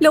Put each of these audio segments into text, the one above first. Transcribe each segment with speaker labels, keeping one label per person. Speaker 1: Lo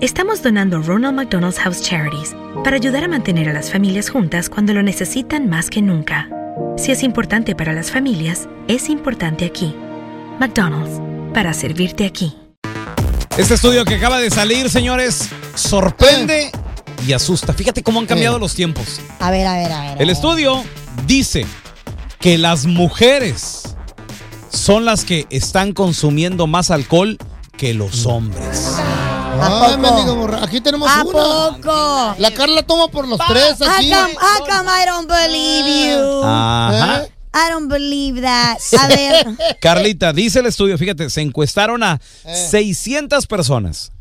Speaker 2: estamos donando Ronald McDonald's House Charities para ayudar a mantener a las familias juntas cuando lo necesitan más que nunca. Si es importante para las familias, es importante aquí. McDonald's, para servirte aquí.
Speaker 3: Este estudio que acaba de salir, señores, sorprende y asusta. Fíjate cómo han cambiado los tiempos.
Speaker 4: A ver, a ver, a ver. a
Speaker 3: El
Speaker 4: ver.
Speaker 3: estudio dice que las mujeres son las que están consumiendo más alcohol que los hombres.
Speaker 4: ¿A
Speaker 5: Ay,
Speaker 4: poco?
Speaker 5: mendigo Ah, morra- Aquí tenemos
Speaker 4: ¿A
Speaker 5: una.
Speaker 4: poco?
Speaker 5: La Carla toma por los tres
Speaker 4: How
Speaker 5: aquí.
Speaker 4: come, how come I don't
Speaker 3: Ah.
Speaker 4: believe you?
Speaker 3: Ajá.
Speaker 5: ¿Eh?
Speaker 4: I don't believe that. A ver,
Speaker 3: Carlita, dice el estudio, fíjate, se encuestaron a 600 personas.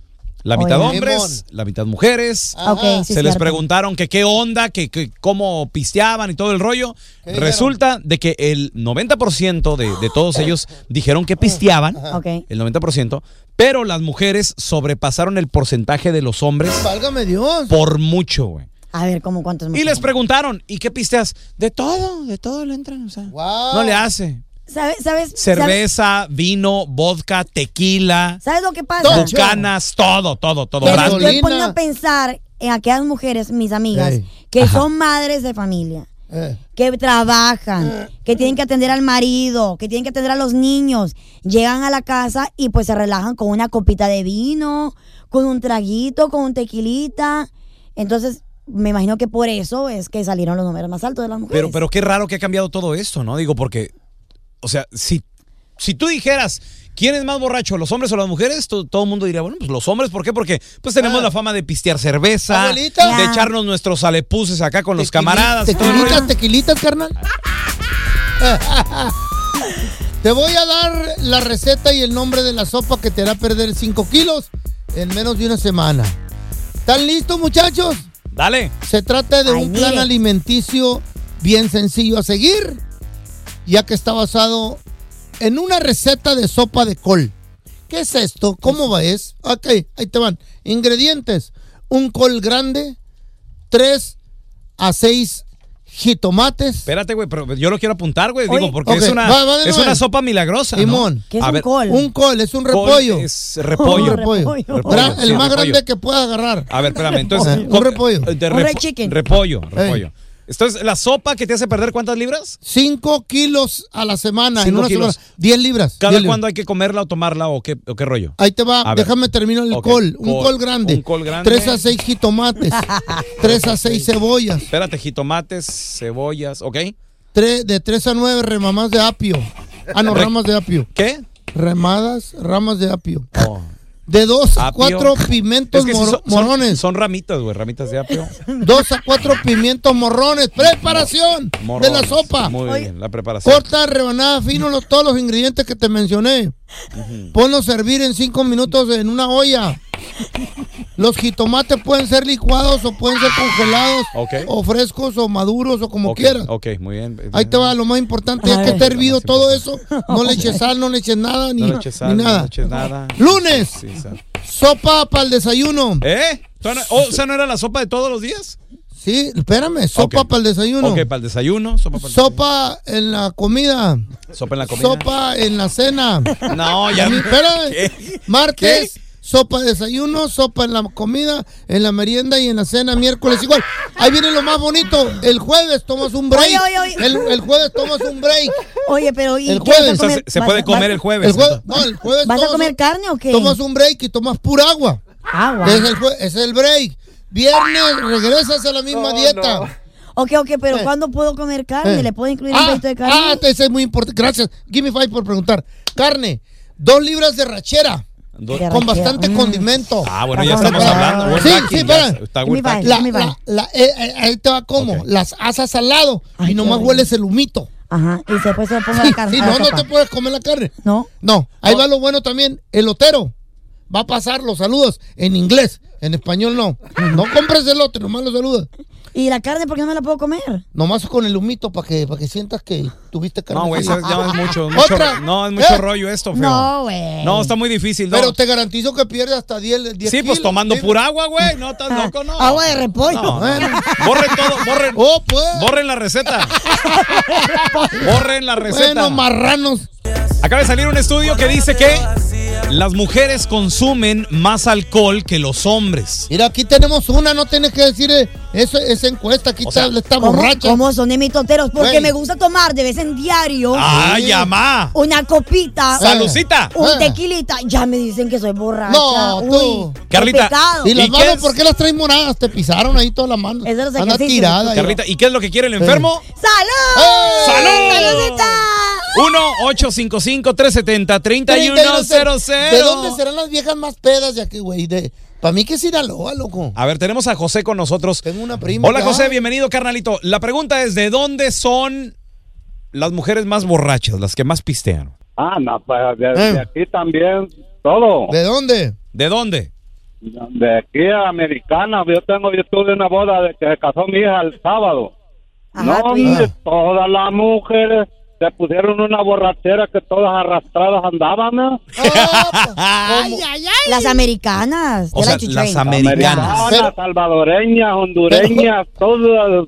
Speaker 3: La mitad
Speaker 4: Eh. Oye. Ah,
Speaker 3: hombres, la mitad mujeres.
Speaker 5: Ajá.
Speaker 4: ok, sí,
Speaker 3: se
Speaker 4: es
Speaker 3: les
Speaker 4: cierto.
Speaker 3: preguntaron que qué onda, que, que cómo pisteaban y todo el rollo.
Speaker 5: dijeron?
Speaker 3: Resulta de que el 90% de, de todos ellos dijeron que pisteaban,
Speaker 4: Ok.
Speaker 3: el 90%, pero las mujeres sobrepasaron el porcentaje de los hombres
Speaker 5: Válgame Dios.
Speaker 3: por mucho, güey.
Speaker 4: A ver, ¿cómo cuántos
Speaker 3: Y les
Speaker 4: mujeres?
Speaker 3: preguntaron, ¿y qué pisteas? De todo, de todo le entran, o sea,
Speaker 5: Wow.
Speaker 3: no le hace.
Speaker 4: ¿Sabes? ¿Sabes? ¿Sabes,
Speaker 3: Cerveza, vino, vodka, tequila,
Speaker 4: ¿sabes lo que pasa?
Speaker 5: Don
Speaker 3: bucanas, todo, todo, todo.
Speaker 4: Que
Speaker 3: brandy.
Speaker 4: si usted
Speaker 5: Gasolina.
Speaker 4: pone a pensar en aquellas mujeres, mis amigas,
Speaker 5: Ey.
Speaker 4: que
Speaker 3: Ajá.
Speaker 4: son madres de familia,
Speaker 5: Eh,
Speaker 4: que trabajan, que tienen que atender al marido, que tienen que atender a los niños, llegan a la casa y pues se relajan con una copita de vino, con un traguito, con un tequilita. Entonces, me imagino que por eso es que salieron los números más altos de las mujeres.
Speaker 3: Pero, pero qué raro que ha cambiado todo esto, ¿no? Digo, porque, o sea, si, si tú dijeras, ¿quién es más borracho, los hombres o las mujeres? To- todo el mundo diría, bueno, pues los hombres, ¿por qué? Porque pues tenemos
Speaker 5: Ah.
Speaker 3: la fama de pistear cerveza,
Speaker 5: Abuelita.
Speaker 3: de
Speaker 4: Ya.
Speaker 3: echarnos nuestros alepuses acá con los
Speaker 5: tequili-
Speaker 3: camaradas. y todo el rollo.
Speaker 5: Tequilitas, tequilitas, carnal. te voy a dar la receta y el nombre de la sopa que te hará perder 5 kilos en menos de una semana. ¿Están listos, muchachos?
Speaker 3: Dale.
Speaker 5: Se trata de
Speaker 4: Ay,
Speaker 5: un plan
Speaker 4: mire.
Speaker 5: alimenticio bien sencillo a seguir, ya que está basado en una receta de sopa de col. ¿Qué es esto? ¿Cómo va? Es? Ok, ahí te van. Ingredientes: un col grande, 3 a 6 jitomates.
Speaker 3: Espérate, güey, pero yo lo quiero apuntar, güey. Digo,
Speaker 4: Oye.
Speaker 3: porque
Speaker 5: Ok,
Speaker 3: es, una,
Speaker 5: va, va de
Speaker 3: es
Speaker 5: nuevo.
Speaker 3: una sopa milagrosa. ¿no?
Speaker 5: Simón.
Speaker 4: ¿Qué es
Speaker 3: A
Speaker 4: un
Speaker 3: ver,
Speaker 4: col?
Speaker 5: Un col, es un
Speaker 3: col
Speaker 5: repollo.
Speaker 3: Es
Speaker 5: Un
Speaker 3: repollo.
Speaker 5: repollo.
Speaker 4: Repollo.
Speaker 5: Gra-
Speaker 3: Repollo,
Speaker 5: el
Speaker 3: sí,
Speaker 5: más
Speaker 3: repollo.
Speaker 5: grande que pueda agarrar.
Speaker 3: A ver, espérame. Entonces,
Speaker 5: Un
Speaker 3: co-
Speaker 5: repollo.
Speaker 3: de
Speaker 4: Un
Speaker 3: repo-
Speaker 4: red chicken.
Speaker 3: Repollo,
Speaker 5: Ey.
Speaker 3: repollo. Entonces, la sopa que te hace perder cuántas libras?
Speaker 5: 5 kilos a la semana, en
Speaker 3: Cinco
Speaker 5: una
Speaker 3: kilos.
Speaker 5: semana. 10 libras.
Speaker 3: ¿Cada
Speaker 5: diez libras. Ah.
Speaker 3: cuándo hay que comerla o tomarla o qué, o qué rollo?
Speaker 5: Ahí te va,
Speaker 3: A ver.
Speaker 5: déjame terminar el
Speaker 3: Ok,
Speaker 5: col. Un
Speaker 3: col,
Speaker 5: col grande.
Speaker 3: un col grande.
Speaker 5: Tres a seis jitomates. tres a seis cebollas.
Speaker 3: Espérate, jitomates, cebollas, ¿ok?
Speaker 5: Tres, de tres a nueve remamas de apio. Ah, no,
Speaker 3: Re-
Speaker 5: ramas de apio.
Speaker 3: ¿Qué?
Speaker 5: Remadas, ramas de apio.
Speaker 3: Oh,
Speaker 5: De dos a
Speaker 3: apio.
Speaker 5: cuatro pimientos
Speaker 3: Es que sí
Speaker 5: mor-
Speaker 3: son- son-
Speaker 5: morrones.
Speaker 3: Son ramitas, güey, ramitas de apio.
Speaker 5: Dos a cuatro pimientos morrones. Preparación de la
Speaker 3: morrones.
Speaker 5: sopa.
Speaker 3: Muy
Speaker 4: Oye.
Speaker 3: bien, la preparación.
Speaker 5: Corta, rebanada, fino los, todos los ingredientes que te mencioné. Ponlos a servir en cinco minutos en una olla. Los jitomates pueden ser licuados o pueden ser congelados
Speaker 3: Ok.
Speaker 5: o frescos o maduros o como
Speaker 3: Ok,
Speaker 5: quieras.
Speaker 3: Ok, muy bien.
Speaker 5: Ahí te va, lo más importante es
Speaker 4: Ay.
Speaker 5: que esté hervido
Speaker 3: Lo más
Speaker 5: todo eso. No le eches sal, no le eches nada, ni,
Speaker 3: No le eches sal,
Speaker 5: ni nada.
Speaker 3: no le eches nada.
Speaker 5: Lunes,
Speaker 3: Sí, Eh. sal.
Speaker 5: sopa para el desayuno.
Speaker 3: ¿Eh? ¿Tú no- oh, o sea, ¿no era la sopa de todos los días?
Speaker 5: Sí, espérame, sopa
Speaker 3: Ok.
Speaker 5: para el desayuno.
Speaker 3: Ok, para el desayuno, sopa para el
Speaker 5: Sopa en la comida.
Speaker 3: desayuno, sopa en la comida.
Speaker 5: Sopa en la cena.
Speaker 3: No, ya.
Speaker 5: Espérame.
Speaker 3: ¿Qué?
Speaker 5: Martes, sopa de desayuno, sopa en la comida, en la merienda y en la cena. Miércoles igual. Ahí viene lo más bonito. El jueves tomas un break.
Speaker 4: Oye, oye, oye.
Speaker 5: El, el jueves tomas un break.
Speaker 4: Oye, pero ¿y
Speaker 5: El
Speaker 4: qué vas a
Speaker 5: jueves.
Speaker 3: O sea,
Speaker 4: comer?
Speaker 3: se, se
Speaker 4: ¿Vas
Speaker 3: puede
Speaker 4: a-
Speaker 3: comer
Speaker 4: vas-
Speaker 3: el jueves.
Speaker 5: El jueves, no, el jueves
Speaker 4: ¿Vas a
Speaker 5: tomas
Speaker 4: comer
Speaker 5: un-
Speaker 4: carne o qué?
Speaker 5: Tomas un break y tomas pura agua.
Speaker 4: Agua.
Speaker 5: Es el, jue- es el break. Viernes regresas a la misma dieta.
Speaker 4: Ok, ok, pero
Speaker 3: Eh.
Speaker 4: ¿cuándo puedo comer carne?
Speaker 5: Eh.
Speaker 4: ¿Le puedo incluir un
Speaker 5: Ah,
Speaker 4: poquito de carne?
Speaker 5: Ah, ese es muy importante. Gracias. Give me five por preguntar. Carne, dos libras de rachera.
Speaker 3: Do-
Speaker 4: Qué
Speaker 5: con
Speaker 4: rachera,
Speaker 5: bastante
Speaker 4: mm.
Speaker 5: condimento.
Speaker 3: Ah, bueno, ya
Speaker 4: Ajá.
Speaker 3: estamos
Speaker 4: Ah.
Speaker 3: hablando. buen
Speaker 5: Sí,
Speaker 3: packing,
Speaker 5: sí,
Speaker 3: ya
Speaker 5: para.
Speaker 3: Está
Speaker 4: Give me
Speaker 3: buen packing.
Speaker 4: five.
Speaker 5: La,
Speaker 4: Ahí me va.
Speaker 5: la, la- eh, eh, ahí te va como,
Speaker 3: Ok.
Speaker 5: las asas al lado
Speaker 4: Ay,
Speaker 5: y nomás
Speaker 4: qué
Speaker 5: hueles el humito.
Speaker 4: Ajá, y después se le pongo
Speaker 5: Sí,
Speaker 4: la carne.
Speaker 5: sí,
Speaker 4: a la
Speaker 5: no, no
Speaker 4: sopa.
Speaker 5: te puedes comer la carne.
Speaker 4: No.
Speaker 5: No, ahí va lo bueno también, el otero. Va a pasar los saludos en inglés, en español no. No compres el otro, nomás los saludos.
Speaker 4: ¿Y la carne por qué no me la puedo comer?
Speaker 5: Nomás con el humito para que, para que sientas que tuviste carne.
Speaker 3: No, güey,
Speaker 5: fría.
Speaker 3: eso ya es mucho, mucho
Speaker 5: Otra.
Speaker 3: ro- No, es mucho
Speaker 5: Eh.
Speaker 3: rollo esto, feo.
Speaker 4: No, güey.
Speaker 3: No, está muy difícil, ¿no?
Speaker 5: Pero te garantizo que pierdes hasta 10 10
Speaker 3: sí, pues
Speaker 5: kilos,
Speaker 3: tomando
Speaker 5: ¿sí?
Speaker 3: pura agua, güey. No, estás loco, no.
Speaker 4: Ah. Agua de repollo.
Speaker 3: No, no,
Speaker 5: Bueno.
Speaker 3: no. Borren todo, borren.
Speaker 5: Oh, pues.
Speaker 3: Borren la receta. Borren la receta.
Speaker 5: Bueno, marranos.
Speaker 3: Acaba de salir un estudio que dice que las mujeres consumen más alcohol que los hombres.
Speaker 5: Mira, aquí tenemos una, no tienes que decir eh, eso- esa encuesta, aquí
Speaker 3: O
Speaker 5: está,
Speaker 3: sea,
Speaker 5: está
Speaker 4: ¿Cómo,
Speaker 5: borracha.
Speaker 4: cómo son de mis toteros? Porque
Speaker 5: Güey.
Speaker 4: me gusta tomar de vez en diario
Speaker 3: ¡Ay, amá!
Speaker 4: una copita,
Speaker 5: Sal-
Speaker 3: ¡Salucita!
Speaker 4: un
Speaker 5: Ah.
Speaker 4: tequilita. Ya me dicen que soy borracha.
Speaker 5: No, tú.
Speaker 4: Uy, qué
Speaker 3: Carlita,
Speaker 4: pecado.
Speaker 5: ¿Y las
Speaker 3: ¿Y qué
Speaker 5: manos
Speaker 3: es?
Speaker 5: por qué las traes moradas? Te pisaron ahí todas las manos.
Speaker 4: Es de los
Speaker 5: Anda
Speaker 4: ejercicios.
Speaker 5: tirada. ahí va.
Speaker 3: Carlita, ¿y qué es lo que quiere el enfermo?
Speaker 4: ¡Salud!
Speaker 3: ¡Salud!
Speaker 4: ¡Saludcita!
Speaker 3: 1-855-370-3100.
Speaker 5: ¿De dónde serán las viejas más pedas de aquí, güey? De... Para mí que es Sinaloa, loco.
Speaker 3: A ver, tenemos a José con nosotros.
Speaker 5: Tengo una prima.
Speaker 3: Hola
Speaker 5: ya.
Speaker 3: José, bienvenido carnalito. La pregunta es, ¿de dónde son las mujeres más borrachas, las que más pistean?
Speaker 6: Ah, no, pues de,
Speaker 5: Eh.
Speaker 6: de aquí también, todo.
Speaker 5: ¿De dónde?
Speaker 3: ¿De dónde?
Speaker 6: De, aquí a Americana, yo tengo, yo tuve una boda de que se casó mi hija el sábado.
Speaker 4: Ajá,
Speaker 6: no,
Speaker 4: tu hija.
Speaker 6: hombre, todas las mujeres se pusieron una borrachera que todas arrastradas andaban. ¿no?
Speaker 5: Ah, pues, ay, ay,
Speaker 4: Las americanas.
Speaker 3: O
Speaker 4: de
Speaker 3: sea,
Speaker 4: la Chuchuén.
Speaker 3: las americanas.
Speaker 5: Pero-
Speaker 6: salvadoreñas, hondureñas, todas son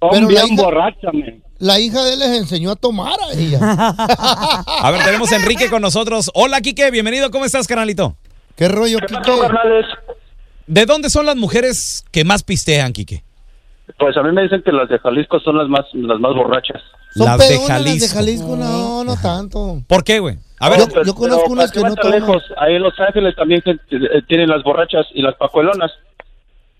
Speaker 5: Pero la
Speaker 6: bien
Speaker 5: hija-
Speaker 6: borrachas. men.
Speaker 5: La hija de él les enseñó a tomar a ella. Ah.
Speaker 3: A ver, tenemos a Enrique con nosotros. Hola Quique, bienvenido, ¿cómo estás carnalito?
Speaker 5: ¿Qué rollo, Kike?
Speaker 3: ¿De dónde son las mujeres que más pistean, Quique?
Speaker 7: Pues a mí me dicen que las de Jalisco son las más las más borrachas.
Speaker 5: Son
Speaker 3: las de
Speaker 5: pedonas
Speaker 3: Jalisco.
Speaker 5: las de Jalisco. No, no tanto.
Speaker 3: ¿Por qué, güey? A ver,
Speaker 5: Yo- yo conozco
Speaker 7: pero
Speaker 5: unas
Speaker 7: ¿para qué
Speaker 5: que no
Speaker 7: vas tan
Speaker 5: toman?
Speaker 7: lejos? Ahí en Los Ángeles también que, eh, tienen las borrachas y las pacuelonas.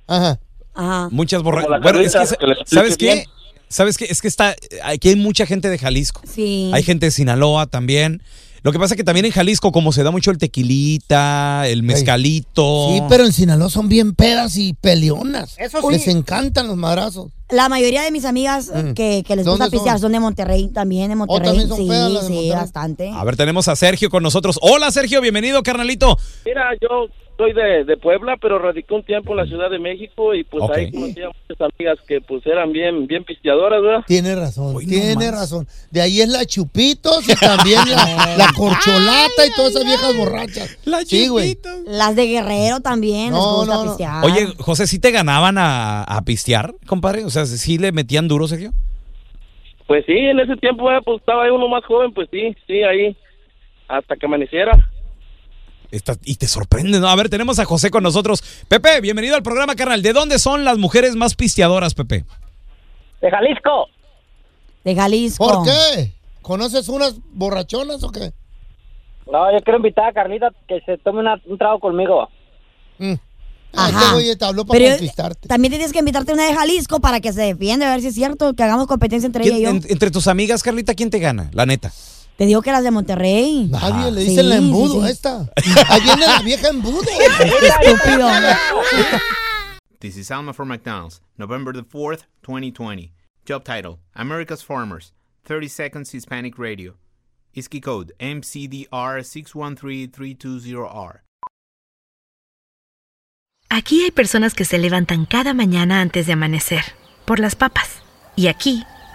Speaker 5: Ajá.
Speaker 4: Ajá.
Speaker 3: muchas borrachas.
Speaker 7: como la
Speaker 3: Bueno, es que,
Speaker 7: Carlita, que la explique
Speaker 3: ¿sabes qué?
Speaker 7: bien.
Speaker 3: ¿Sabes qué? Es que está, aquí hay mucha gente de Jalisco.
Speaker 4: Sí.
Speaker 3: Hay gente de Sinaloa también. Lo que pasa es que también en Jalisco, como se da mucho el tequilita, el mezcalito.
Speaker 5: Sí, pero en Sinaloa son bien pedas y peleonas.
Speaker 4: Eso sí.
Speaker 5: Les encantan los madrazos.
Speaker 4: La mayoría de mis amigas
Speaker 5: Mm.
Speaker 4: que, que les
Speaker 5: ¿Dónde
Speaker 4: gusta pistear
Speaker 5: son? Oh,
Speaker 4: son? de Monterrey también, de Monterrey.
Speaker 5: también son
Speaker 4: sí,
Speaker 5: feas las de
Speaker 4: sí,
Speaker 5: Monterrey.
Speaker 4: bastante.
Speaker 3: A ver, tenemos a Sergio con nosotros. Hola, Sergio, bienvenido, carnalito.
Speaker 7: Mira, yo soy de, de Puebla, pero radicó un tiempo en la Ciudad de México y pues
Speaker 3: Ok.
Speaker 7: ahí conocí a muchas amigas que pues eran bien bien pisteadoras, ¿verdad?
Speaker 5: Tiene razón,
Speaker 3: Hoy no
Speaker 5: tiene
Speaker 3: más.
Speaker 5: razón. De ahí es la Chupitos y también la, la corcholata y todas esas viejas borrachas. sí, güey. Ah.
Speaker 4: Las de Guerrero también les
Speaker 5: No,
Speaker 4: gusta
Speaker 5: no, no.
Speaker 4: pistear.
Speaker 3: Oye, José, ¿sí te ganaban a, a pistear, compadre? O sea, ¿sí le metían duro, Sergio?
Speaker 7: Pues sí, en ese tiempo eh, pues estaba ahí uno más joven, pues sí, sí, ahí hasta que amaneciera.
Speaker 3: Está- y te sorprende, ¿no? A ver, tenemos a José con nosotros. Pepe, bienvenido al programa, carnal. ¿De dónde son las mujeres más pisteadoras, Pepe?
Speaker 7: De Jalisco.
Speaker 4: de Jalisco.
Speaker 3: Oh.
Speaker 5: ¿Por qué? ¿Conoces unas borrachonas o qué?
Speaker 7: No, yo quiero invitar a Carlita que se tome un trago conmigo.
Speaker 5: Mm. Ah,
Speaker 4: Ajá.
Speaker 5: Este güey te habló para
Speaker 4: Pero
Speaker 5: conquistarte.
Speaker 4: También tienes que invitarte una de Jalisco para que se defienda, a ver si es cierto, que hagamos competencia entre ella
Speaker 3: ¿Quién-
Speaker 4: y yo.
Speaker 3: en- entre tus amigas, Carlita, ¿quién te gana? La neta.
Speaker 4: Te digo que las de Monterrey.
Speaker 5: Nadie
Speaker 3: Ajá.
Speaker 5: le dice la
Speaker 4: Sí, sí,
Speaker 5: embudo
Speaker 4: sí.
Speaker 5: esta. Ahí viene la vieja embudo.
Speaker 4: Estúpido. ¿eh?
Speaker 8: This is Alma for McDonald's, November the 4th, 2020. Job title America's Farmers, 30 Seconds Hispanic Radio. ISKI code MCDR613320R.
Speaker 2: Aquí hay personas que se levantan cada mañana antes de amanecer, por las papas. Y aquí